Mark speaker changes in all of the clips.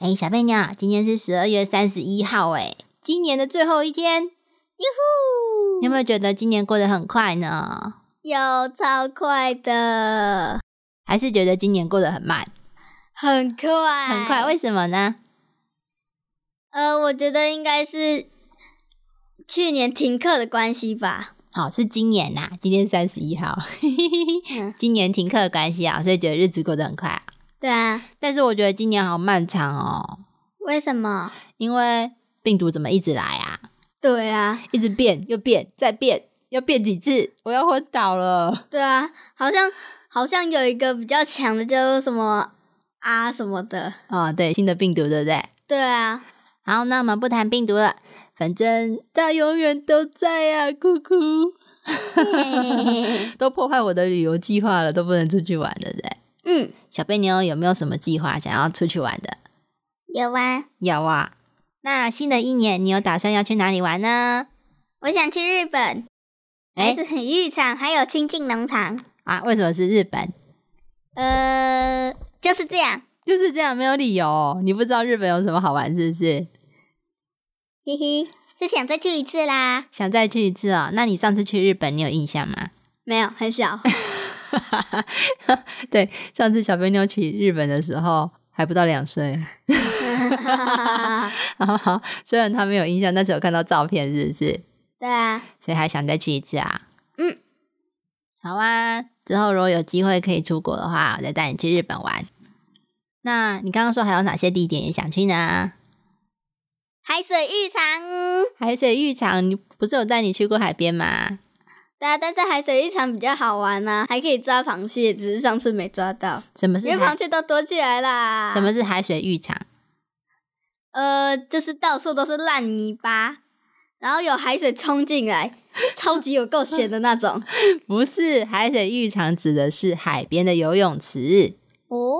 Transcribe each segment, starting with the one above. Speaker 1: 哎，小贝妞，今天是十二月三十一号，哎，今年的最后一天，
Speaker 2: 哟
Speaker 1: 你有没有觉得今年过得很快呢？
Speaker 2: 有超快的，
Speaker 1: 还是觉得今年过得很慢？
Speaker 2: 很快，
Speaker 1: 很快，为什么呢？
Speaker 2: 呃，我觉得应该是去年停课的关系吧。
Speaker 1: 好、是今年呐、今天三十一 号，今年停课的关系啊，所以觉得日子过得很快、啊。
Speaker 2: 对啊，
Speaker 1: 但是我觉得今年好漫长哦，
Speaker 2: 为什么？
Speaker 1: 因为病毒怎么一直来啊，
Speaker 2: 对啊，
Speaker 1: 一直变又变再变，要变几次？我要昏倒了。
Speaker 2: 对啊，好像好像有一个比较强的叫做什么啊什么的。
Speaker 1: 啊、对，新的病毒，对不对？
Speaker 2: 对 啊，
Speaker 1: 好，那我们不谈病毒了，反正它永远都在呀、啊，哭哭。都破坏我的旅游计划了，都不能出去玩，对不对？
Speaker 2: 嗯，
Speaker 1: 小贝妞有没有什么计划想要出去玩的？
Speaker 2: 有啊，
Speaker 1: 有啊。那新的一年你有打算要去哪里玩呢？
Speaker 2: 我想去日本，
Speaker 1: 哎、
Speaker 2: 是很浴场，还有亲近农场。
Speaker 1: 啊，为什么是日本？
Speaker 2: 呃，就是这样，
Speaker 1: 就是这样，没有理由哦、你不知道日本有什么好玩，是不是？
Speaker 2: 嘿嘿，是想再去一次啦。
Speaker 1: 想再去一次哦。那你上次去日本，你有印象吗？
Speaker 2: 没有，很小。
Speaker 1: 对，上次小贝妞去日本的时候还不到两岁， 好好虽然她没有印象，但是有看到照片，是不是？
Speaker 2: 对啊，
Speaker 1: 所以还想再去一次啊？
Speaker 2: 嗯，
Speaker 1: 好啊。之后如果有机会可以出国的话，我再带你去日本玩。那你刚刚说还有哪些地点也想去呢？
Speaker 2: 海水浴场。
Speaker 1: 海水浴场，你不是有带你去过海边吗？
Speaker 2: 对啊，但是海水浴场比较好玩呢、还可以抓螃蟹，只是上次没抓到，
Speaker 1: 什么是
Speaker 2: 因为
Speaker 1: 海
Speaker 2: 螃蟹都躲起来啦。
Speaker 1: 什？么是海水浴场？
Speaker 2: 呃，就是到处都是烂泥巴，然后有海水冲进来，超级有够咸的那种。
Speaker 1: 不是海水浴场指的是海边的游泳池，
Speaker 2: 哦，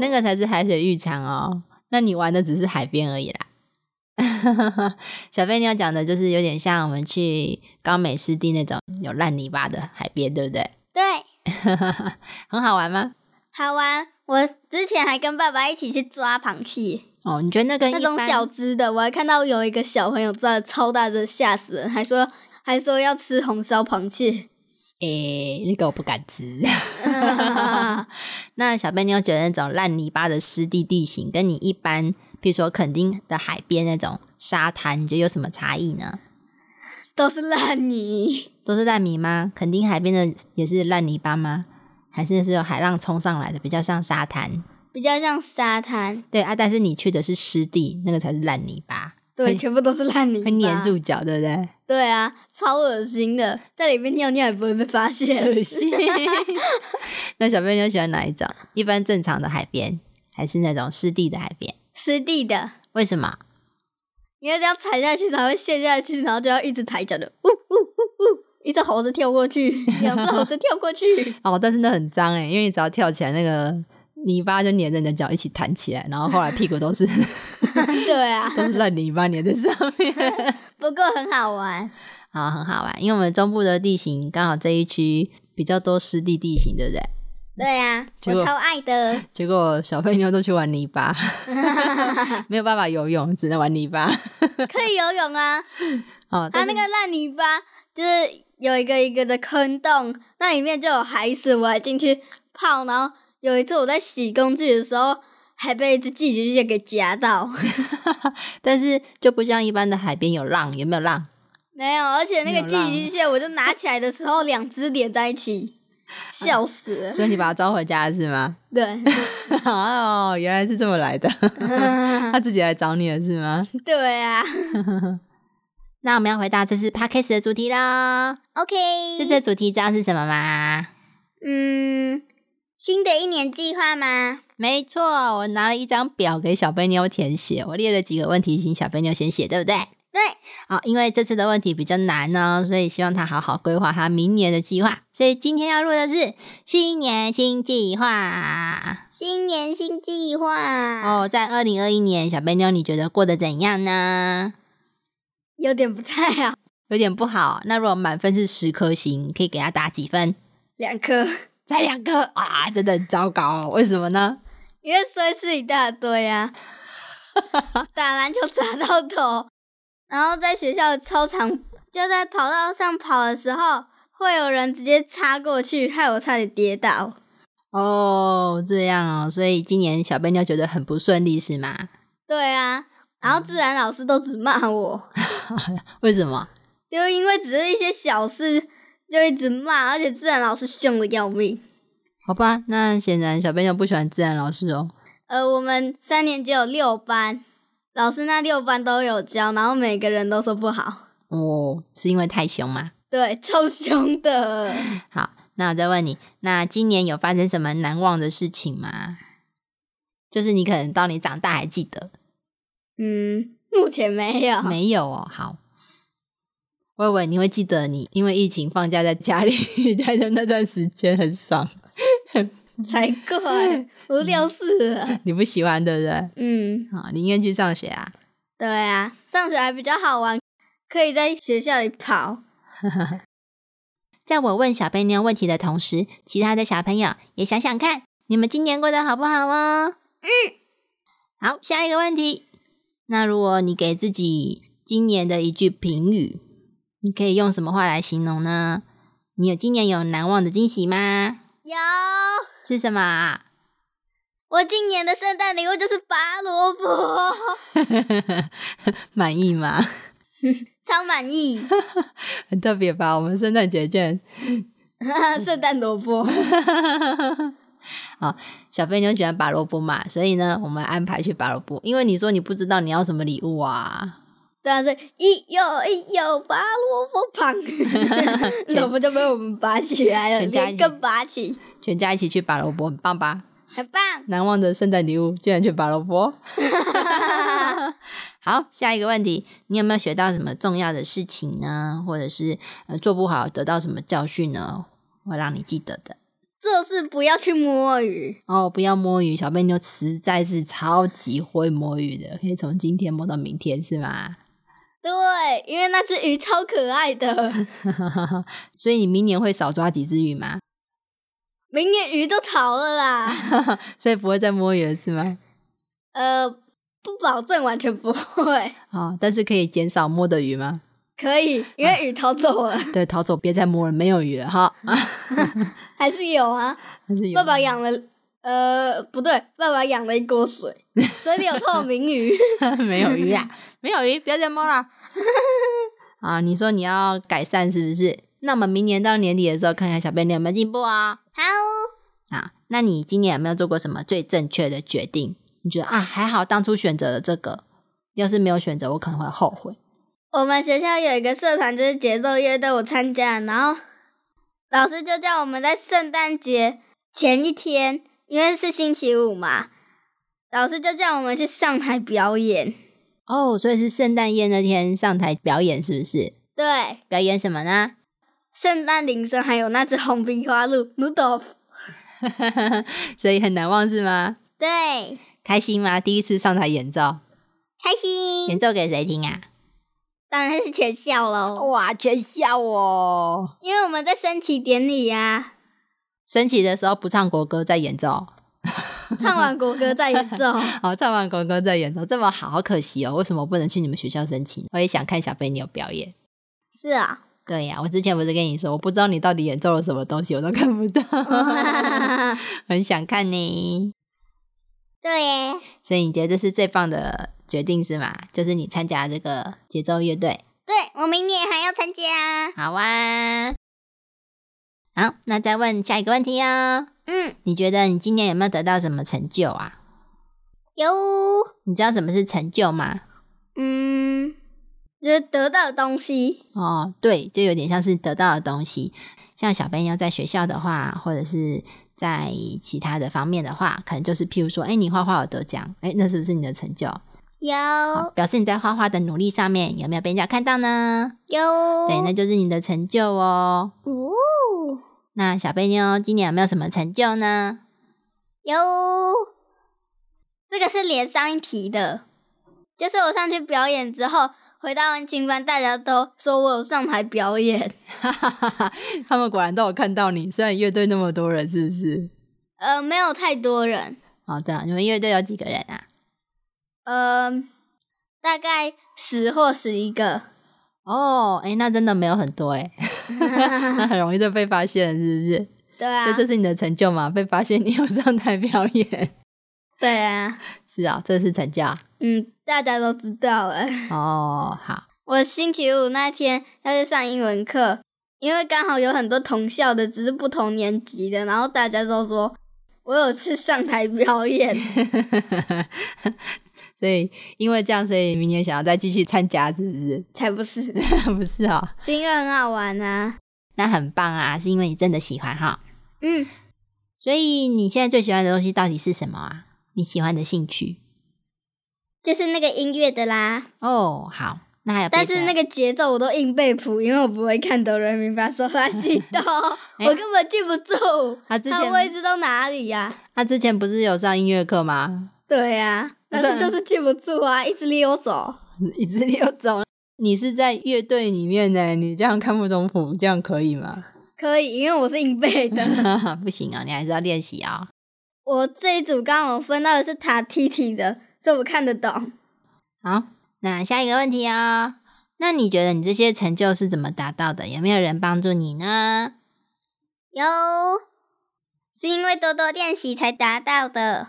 Speaker 1: 那个才是海水浴场哦。那你玩的只是海边而已啦。 小贝，你要讲的就是有点像我们去高美湿地那种有烂泥巴的海边，对不 对？
Speaker 2: 对，
Speaker 1: 很好玩吗？
Speaker 2: 好玩。我之前还跟爸爸一起去抓螃蟹，
Speaker 1: 哦，你觉得那跟
Speaker 2: 那
Speaker 1: 一
Speaker 2: 种
Speaker 1: 般
Speaker 2: 小只的，我还看到有一个小朋友抓的超大只，吓死人，还说还说要吃红烧螃蟹。
Speaker 1: 诶、那个我不敢吃。 那小贝，你有觉得那种烂泥巴的湿地地形，跟你一般，譬如说垦丁的海边那种沙滩，你觉得有什么差异呢？
Speaker 2: 都是烂泥，
Speaker 1: 都是烂泥吗？垦丁海边的也是烂泥巴吗？还是是有海浪冲上来的，比较像沙滩？
Speaker 2: 比较像沙滩，
Speaker 1: 对啊，但是你去的是湿地，那个才是烂泥巴，
Speaker 2: 对，
Speaker 1: 会
Speaker 2: 全部都是烂泥，
Speaker 1: 会粘。住脚，对不对？
Speaker 2: 对啊，超恶心的，在里面尿尿也不会被发现。
Speaker 1: 恶心。那小贝，你喜欢哪一种？一般正常的海边，还是那种湿地的海边？
Speaker 2: 湿地的，
Speaker 1: 为什么？
Speaker 2: 因为这样踩下去才会陷下去，然后就要一直抬脚的，呜呜呜呜，一只猴子跳过去，两只猴子跳过去，
Speaker 1: 哦，但是那很脏哎，因为你只要跳起来，那个泥巴就粘着你的脚一起弹起来，然后后来屁股都是
Speaker 2: 对啊，
Speaker 1: 都是烂泥巴粘在上面。
Speaker 2: 不过很好玩。
Speaker 1: 好，很好玩，因为我们中部的地形刚好这一区比较多湿地地形，对不对？
Speaker 2: 对啊，
Speaker 1: 结果
Speaker 2: 我超爱 的。
Speaker 1: 结果小肥妞都去玩泥 巴，没有办法游泳，只能玩泥巴。
Speaker 2: 可以游泳 啊！
Speaker 1: 哦，
Speaker 2: 它
Speaker 1: 但
Speaker 2: 那
Speaker 1: 是
Speaker 2: 个烂泥巴就是有一个一个的坑洞，那里面就有海水，我还进去泡。然后有一次我在洗工具的时候，还被一只寄居蟹给夹 到。
Speaker 1: 但是就不像一般的海边有浪，有没有浪？
Speaker 2: 没有，而且那个
Speaker 1: 没有浪
Speaker 2: 寄居蟹，我就拿起来的时候，两只连在一起，笑死了。
Speaker 1: 所以你把它抓回家是吗？
Speaker 2: 对，
Speaker 1: 哦，原来是这么来 的，他自己来找你了是吗？
Speaker 2: 对 啊。
Speaker 1: 那我们要回到这次 podcast 的主题啦。
Speaker 2: OK，
Speaker 1: 这次的主题知道是什么吗？
Speaker 2: 嗯，
Speaker 3: 新的一年计划吗？
Speaker 1: 没错，我拿了一张表给小贝妞填写，我列了几个问题，请小贝妞先写，对不对？
Speaker 3: 对。
Speaker 1: 好、因为这次的问题比较难哦，所以希望她好好规划她明年的计划。所以今天要录的是新年新计划。
Speaker 3: 新年新计划，
Speaker 1: 哦，在二零二一年，小贝妞你觉得过得怎样呢？
Speaker 2: 有点不太好。
Speaker 1: 有点不好。那如果满分是十颗星，可以给她打几分？
Speaker 2: 两颗，
Speaker 1: 才两颗啊，真的很糟糕。为什么呢？
Speaker 2: 因为摔是一大堆 啊，打篮球砸到头，然后在学校的操场，就在跑道上跑的时候，会有人直接插过去，害我差点跌倒。
Speaker 1: 哦，这样哦，所以今年小贝妞觉得很不顺利是吗？
Speaker 2: 对啊，然后自然老师都只骂我，
Speaker 1: 为什么？
Speaker 2: 就因为只是一些小事就一直骂，而且自然老师凶的要命。
Speaker 1: 好吧，那显然小贝妞不喜欢自然老师哦。
Speaker 2: 呃，我们三年级有六班，老师那六班都有教，然后每个人都说不好，
Speaker 1: 哦，是因为太凶吗？
Speaker 2: 对，超凶的。
Speaker 1: 好，那我再问你，那今年有发生什么难忘的事情吗？就是你可能到你长大还记得，
Speaker 2: 嗯，目前没有，
Speaker 1: 没有哦。好，我以为你会记得你，因为疫情放假在家里 待的那段时间很爽，
Speaker 2: 才怪，无聊死了。
Speaker 1: 你不喜欢对不对？
Speaker 2: 嗯，
Speaker 1: 啊，宁愿去上学啊。
Speaker 2: 对啊，上学还比较好玩，可以在学校里跑。
Speaker 1: 在我问小贝妞问题的同时，其他的小朋友也想想看，你们今年过得好不好哦？嗯，好，下一个问题。那如果你给自己今年的一句评语，你可以用什么话来形容呢？你有今年有难忘的惊喜吗？
Speaker 3: 有
Speaker 1: 是什么啊？
Speaker 3: 我今年的圣诞礼物就是拔萝卜，
Speaker 1: 满意吗？
Speaker 3: 超满意。
Speaker 1: 很特别吧？我们圣诞节卷
Speaker 2: 圣诞萝卜，
Speaker 1: 好，小飞牛喜欢拔萝卜嘛，所以呢，我们安排去拔萝卜。因为你说你不知道你要什么礼物啊，
Speaker 2: 对啊，所以一有一有拔萝卜 棒，萝卜就被我们拔起来了，
Speaker 1: 全家
Speaker 2: 连根拔起，哎
Speaker 1: 全家一起去拔萝卜，很棒吧？
Speaker 3: 很棒，
Speaker 1: 难忘的圣诞礼物，居然去拔萝 卜。好，下一个问题，你有没有学到什么重要的事情呢？或者是呃做不好得到什么教训呢？会让你记得的
Speaker 2: 做事不要去摸鱼。
Speaker 1: 哦，不要摸鱼，小贝妞实在是超级会摸鱼的，可以从今天摸到明天，是吗？
Speaker 2: 对，因为那只鱼超可爱的，
Speaker 1: 所以你明年会少抓几只鱼吗？
Speaker 2: 明年鱼都逃了啦。
Speaker 1: 所以不会再摸鱼了是吗？
Speaker 2: 呃，不保证完全不会，
Speaker 1: 哦，但是可以减少摸的鱼吗？
Speaker 2: 可以，因为鱼逃走 了，
Speaker 1: 对，逃走，别再摸了，没有鱼了 哈。啊
Speaker 2: 还是有啊。
Speaker 1: 但是有
Speaker 2: 爸爸养了，呃，不对，爸爸养了一锅水，水里有透明 鱼。
Speaker 1: 没有鱼 啊，没有鱼，不要再摸了。 啊，你说你要改善是不是？那我们明年到年底的时候，看看小贝你有没有进步啊、
Speaker 3: 好，
Speaker 1: 啊，那你今年有没有做过什么最正确的决定？你觉得啊，还好当初选择了这个，要是没有选择，我可能会后悔。
Speaker 2: 我们学校有一个社团，就是节奏乐队，我参加，然后老师就叫我们在圣诞节前一天，因为是星期五嘛，老师就叫我们去上台表演。
Speaker 1: 哦，所以是圣诞夜那天上台表演，是不是？
Speaker 2: 对，
Speaker 1: 表演什么呢？
Speaker 2: 圣诞铃声还有那只红鼻花鹿 n o o d l
Speaker 1: 所以很难忘是吗？
Speaker 3: 对，
Speaker 1: 开心吗？第一次上台演奏，
Speaker 3: 开心，
Speaker 1: 演奏给谁听啊？
Speaker 3: 当然是全校喽，
Speaker 1: 哇，全校哦！
Speaker 2: 因为我们在升旗典礼啊呀、
Speaker 1: 升旗的时候不唱国歌，再演奏。
Speaker 2: 唱完国歌再演奏。
Speaker 1: 好，哦唱完国歌再演奏，这么好，好可惜哦！为什么不能去你们学校升旗呢？我也想看小贝你有表演。
Speaker 2: 是啊，
Speaker 1: 对呀、我之前不是跟你说，我不知道你到底演奏了什么东西，我都看不 到， 很想看你。
Speaker 3: 对耶，
Speaker 1: 所以你觉得这是最棒的决定是吗？就是你参加这个节奏乐队。
Speaker 3: 对我明年还要参加，
Speaker 1: 好啊。好，那再问下一个问题哦。
Speaker 3: 嗯，
Speaker 1: 你觉得你今年有没有得到什么成就啊？
Speaker 3: 有，
Speaker 1: 你知道什么是成就吗？
Speaker 2: 嗯，就是得到的东西，
Speaker 1: 哦，对，就有点像是得到的东西。像小朋友在学校的话，或者是在其他的方面的话，可能就是譬如说，哎，你画画有得奖，哎，那是不是你的成就？
Speaker 3: 有
Speaker 1: 好
Speaker 2: 哦
Speaker 1: 表示你在画画的努力上面有没有被人家看到呢？
Speaker 3: 有，
Speaker 1: 对，那就是你的成就哦。
Speaker 3: 哦，
Speaker 1: 那小贝妞今年有没有什么成就呢？
Speaker 3: 有
Speaker 2: 这个是连上一题的，就是我上去表演之后，回到文青班，大家都说我有上台表演。
Speaker 1: 哈哈哈哈，他们果然都有看到你，虽然乐队那么多人，是不是？
Speaker 2: 呃，没有太多人，
Speaker 1: 好的，你们乐队有几个人啊？
Speaker 2: 呃，大概十或十一个。
Speaker 1: 哦，哎，那真的没有很多哎， 那很容易就被发现，是不是？
Speaker 2: 对啊
Speaker 1: 所以，这是你的成就嘛？被发现你有上台表演，
Speaker 2: 对啊，
Speaker 1: 是啊、这是成就啊。
Speaker 2: 嗯，大家都知道了。
Speaker 1: 哦，好，
Speaker 2: 我星期五那天要去上英文课，因为刚好有很多同校的，只是不同年级的，然后大家都说我有去上台表演。
Speaker 1: 所以因为这样，所以明年想要再继续参加，是不是？
Speaker 2: 才不是，
Speaker 1: 不是哦，
Speaker 2: 是因为很好玩啊。
Speaker 1: 那很棒啊，是因为你真的喜欢哈。
Speaker 2: 嗯，
Speaker 1: 所以你现在最喜欢的东西到底是什么啊？你喜欢的兴趣？
Speaker 2: 就是那个音乐的啦，
Speaker 1: 哦，好，那还有别
Speaker 2: 但
Speaker 1: 的，
Speaker 2: 是那个节奏我都硬背谱，因为我不会看哆来咪发嗦拉西哆，
Speaker 1: 哎
Speaker 2: 我根本记不住
Speaker 1: 他之
Speaker 2: 它位
Speaker 1: 前
Speaker 2: 置到哪里呀、
Speaker 1: 他之前不是有上音乐课吗？
Speaker 2: 对呀、
Speaker 1: 不
Speaker 2: 但
Speaker 1: 是
Speaker 2: 是就是记不住啊，一直溜走。
Speaker 1: 一直溜走。你是在乐队里面呢，你这样看不懂谱，这样可以吗？
Speaker 2: 可以，因为我是硬背 的。
Speaker 1: 不行啊，你还是要练习啊。
Speaker 2: 我这一组刚好分到的是塔踢踢的，所以我看得懂。
Speaker 1: 好，那下一个问题哦。那你觉得你这些成就是怎么达到的？有没有人帮助你呢？
Speaker 3: 有，
Speaker 2: 是因为多多练习才达到的。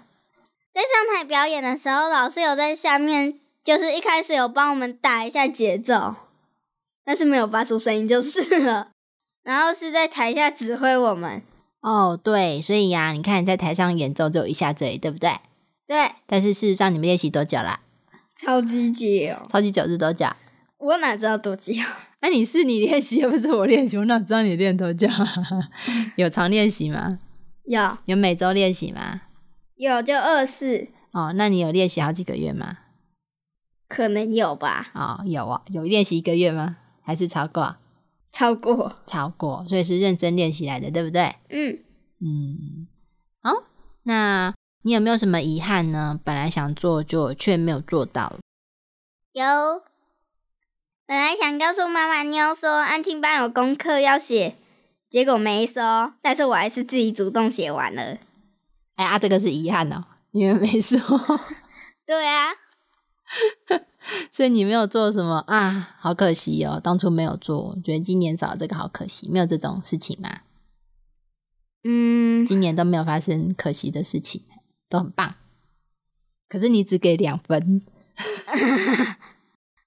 Speaker 2: 在上台表演的时候，老师有在下面，就是一开始有帮我们打一下节奏，但是没有发出声音就是了。然后是在台下指挥我们，
Speaker 1: 哦，对，所以呀、你看你在台上演奏只有一下子而已，对不对？
Speaker 2: 对，
Speaker 1: 但是事实上你们练习多久啦？
Speaker 2: 超积极哦！
Speaker 1: 超级久是多久？
Speaker 2: 我哪知道多啊久？
Speaker 1: 那、哎你是你练习，又不是我练习，我哪知道你练多久、 啊？有常练习吗？
Speaker 2: 有
Speaker 1: 有每周练习吗？
Speaker 2: 有就二四，
Speaker 1: 哦，那你有练习好几个月吗？
Speaker 2: 可能有吧，
Speaker 1: 哦，有啊，有练习一个月吗？还是超过？
Speaker 2: 超过。
Speaker 1: 超过，所以是认真练习来的，对不对？
Speaker 2: 嗯，
Speaker 1: 嗯，好、那你有没有什么遗憾呢？本来想做就却没有做到，
Speaker 2: 有。本来想告诉妈妈妞说安静班有功课要写，结果没收，但是我还是自己主动写完了。
Speaker 1: 哎啊，这个是遗憾哦，因为没说，
Speaker 2: 对啊，
Speaker 1: 所以你没有做什么啊，好可惜哦，当初没有做，我觉得今年少了这个好可惜，没有这种事情嘛，
Speaker 2: 嗯，
Speaker 1: 今年都没有发生可惜的事情，都很棒。可是你只给两分，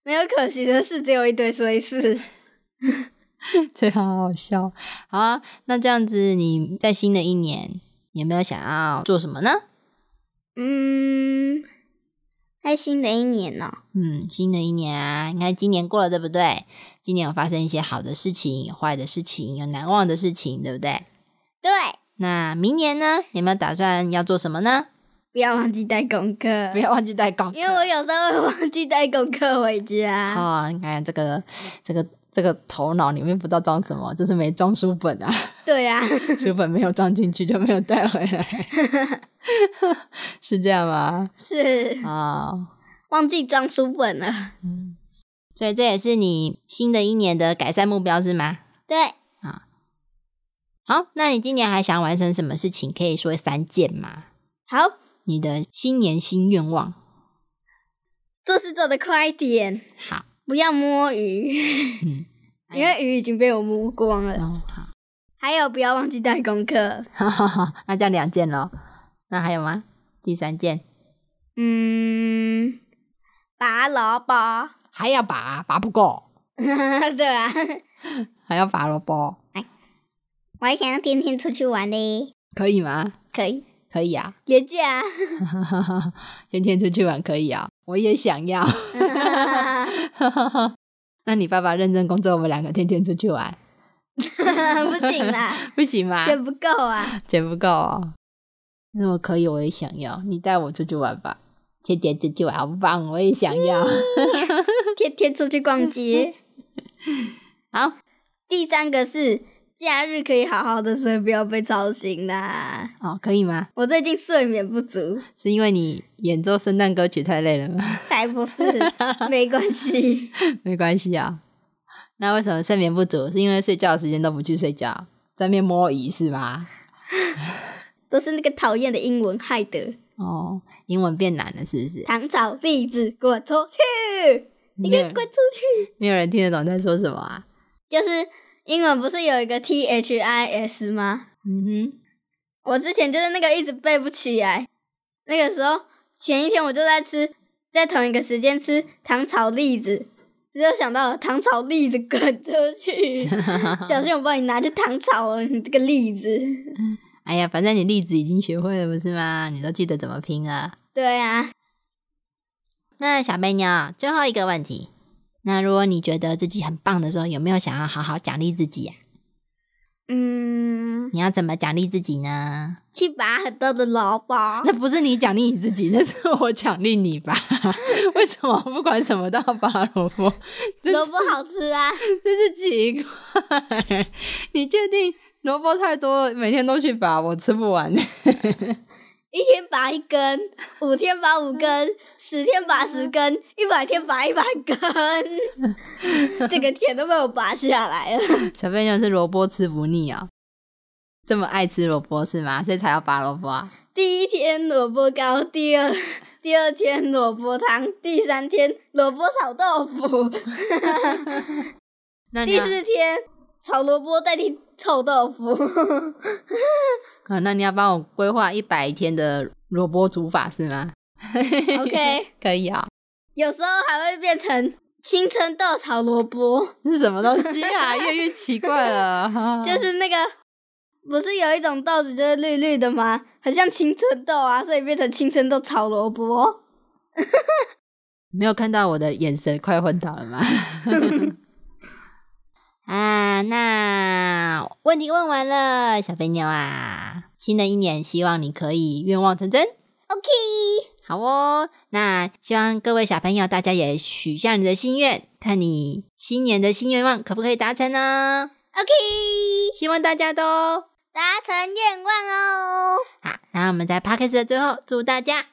Speaker 2: 没有可惜的事，只有一堆衰事。
Speaker 1: 这好好笑。好啊，那这样子你在新的一年有没有想要做什么呢？
Speaker 2: 嗯，开新的一年哦呢、
Speaker 1: 嗯，新的一年啊，你看今年过了对不对？今年有发生一些好的事情，有坏的事情，有难忘的事情，对不对？
Speaker 2: 对，
Speaker 1: 那明年呢？有没有打算要做什么呢？
Speaker 2: 不要忘记带功课
Speaker 1: 不，要忘记带广告，
Speaker 2: 因为我有时候会忘记带功课回家。
Speaker 1: 哦，你看这个这个这个头脑里面不知道装什么，就是没装书本啊。
Speaker 2: 对啊，
Speaker 1: 书本没有装进去就没有带回来， 是这样吗？
Speaker 2: 是
Speaker 1: 啊、
Speaker 2: 忘记装书本了。
Speaker 1: 嗯，所以这也是你新的一年的改善目标是吗？
Speaker 2: 对，
Speaker 1: 好，那你今年还想完成什么事情？可以说三件吗？
Speaker 2: 好，
Speaker 1: 你的新年新愿望。
Speaker 2: 做事做得快一点，
Speaker 1: 好，
Speaker 2: 不要摸鱼，
Speaker 1: 嗯，
Speaker 2: 因为鱼已经被我摸光了。
Speaker 1: 哦，好
Speaker 2: 还有，不要忘记带功课。
Speaker 1: 哈哈哈，那这样两件咯。那还有吗？第三件
Speaker 2: 嗯，拔萝卜，
Speaker 1: 还要拔，拔不够，
Speaker 2: 对啊，
Speaker 1: 还要拔萝卜，
Speaker 2: 我还想要天天出去玩呢。
Speaker 1: 可以吗？
Speaker 2: 可以，
Speaker 1: 可以啊，
Speaker 2: 廉价。
Speaker 1: 天天出去玩可以啊，我也想要。那你爸爸认真工作，我们两个天天出去玩。
Speaker 2: 不行 啦，
Speaker 1: 不行吗？
Speaker 2: 钱不够啊。
Speaker 1: 钱不够哦。那我可以，我也想要。你带我出去玩吧，天天出去玩，好棒，我也想要。
Speaker 2: 天天出去逛街。
Speaker 1: 好，
Speaker 2: 第三个是假日可以好好的睡，不要被吵醒啦。
Speaker 1: 哦，可以吗？
Speaker 2: 我最近睡眠不足，
Speaker 1: 是因为你演奏圣诞歌曲太累了吗？
Speaker 2: 才不是，没关系。
Speaker 1: 没关系啊。那为什么睡眠不足？是因为睡觉的时间都不去睡觉，在那边摸鱼是吧？
Speaker 2: 都是那个讨厌的英文害的。
Speaker 1: 哦，英文变难了是不是？
Speaker 2: 糖炒栗子滚出去，你
Speaker 1: 没
Speaker 2: 给
Speaker 1: 有人
Speaker 2: 我滚出去！
Speaker 1: 没有人听得懂在说什么啊。
Speaker 2: 就是英文不是有一个 T H I S 吗？
Speaker 1: 嗯哼，
Speaker 2: 我之前就是那个一直背不起来，那个时候前一天我就在吃，在同一个时间吃糖炒栗子，只有想到了糖炒栗子滚出 去，小心我帮你拿去糖炒哦，你这个栗子。
Speaker 1: 哎呀，反正你例子已经学会了，不是吗？你都记得怎么拼了。
Speaker 2: 对啊，
Speaker 1: 那小贝妞，最后一个问题，那如果你觉得自己很棒的时候，有没有想要好好奖励自己呀、
Speaker 2: 嗯，
Speaker 1: 你要怎么奖励自己呢？
Speaker 2: 去拔很多的萝卜，
Speaker 1: 那不是你奖励你自己，那是我奖励你吧？为什么不管什么都要拔萝卜？ 这
Speaker 2: 萝卜好吃啊。
Speaker 1: 真是奇怪！你确定萝卜太多，每天都去拔，我吃不完。
Speaker 2: 一天拔一根，五天拔五根，十天拔十根，一百天拔一百根，这个田都被我拔下来了。
Speaker 1: 小贝妞是萝卜吃不腻啊、这么爱吃萝卜是吗？所以才要拔萝卜啊？
Speaker 2: 第一天萝卜糕，第二第二天萝卜汤，第三天萝卜炒豆腐，
Speaker 1: 那你
Speaker 2: 第
Speaker 1: 要
Speaker 2: 四天炒萝卜代替臭豆腐。
Speaker 1: 啊，那你要帮我规划一百天的萝卜煮法是吗
Speaker 2: OK，
Speaker 1: 可以啊、
Speaker 2: 有时候还会变成青春豆炒萝卜，
Speaker 1: 这是什么东西啊？越越奇怪了， 哈
Speaker 2: 就是那个。不是有一种豆子就是绿绿的吗？很像青春豆啊，所以变成青春豆炒萝卜。
Speaker 1: 没有看到我的眼神快昏倒了吗？ 啊，那问题问完了，小肥妞啊，新的一年希望你可以愿望成真。
Speaker 2: OK，
Speaker 1: 好哦，那希望各位小朋友大家也许下你的心愿，看你新年的新愿望可不可以达成呢？OK，希望大家都
Speaker 2: 达成愿望哦！
Speaker 1: 好，那我们在 p o d c a s t 的最后，祝大家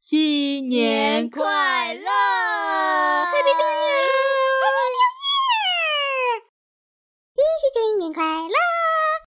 Speaker 1: 新
Speaker 2: 年快乐！Happy New Year！Happy New Year！一起新年快乐！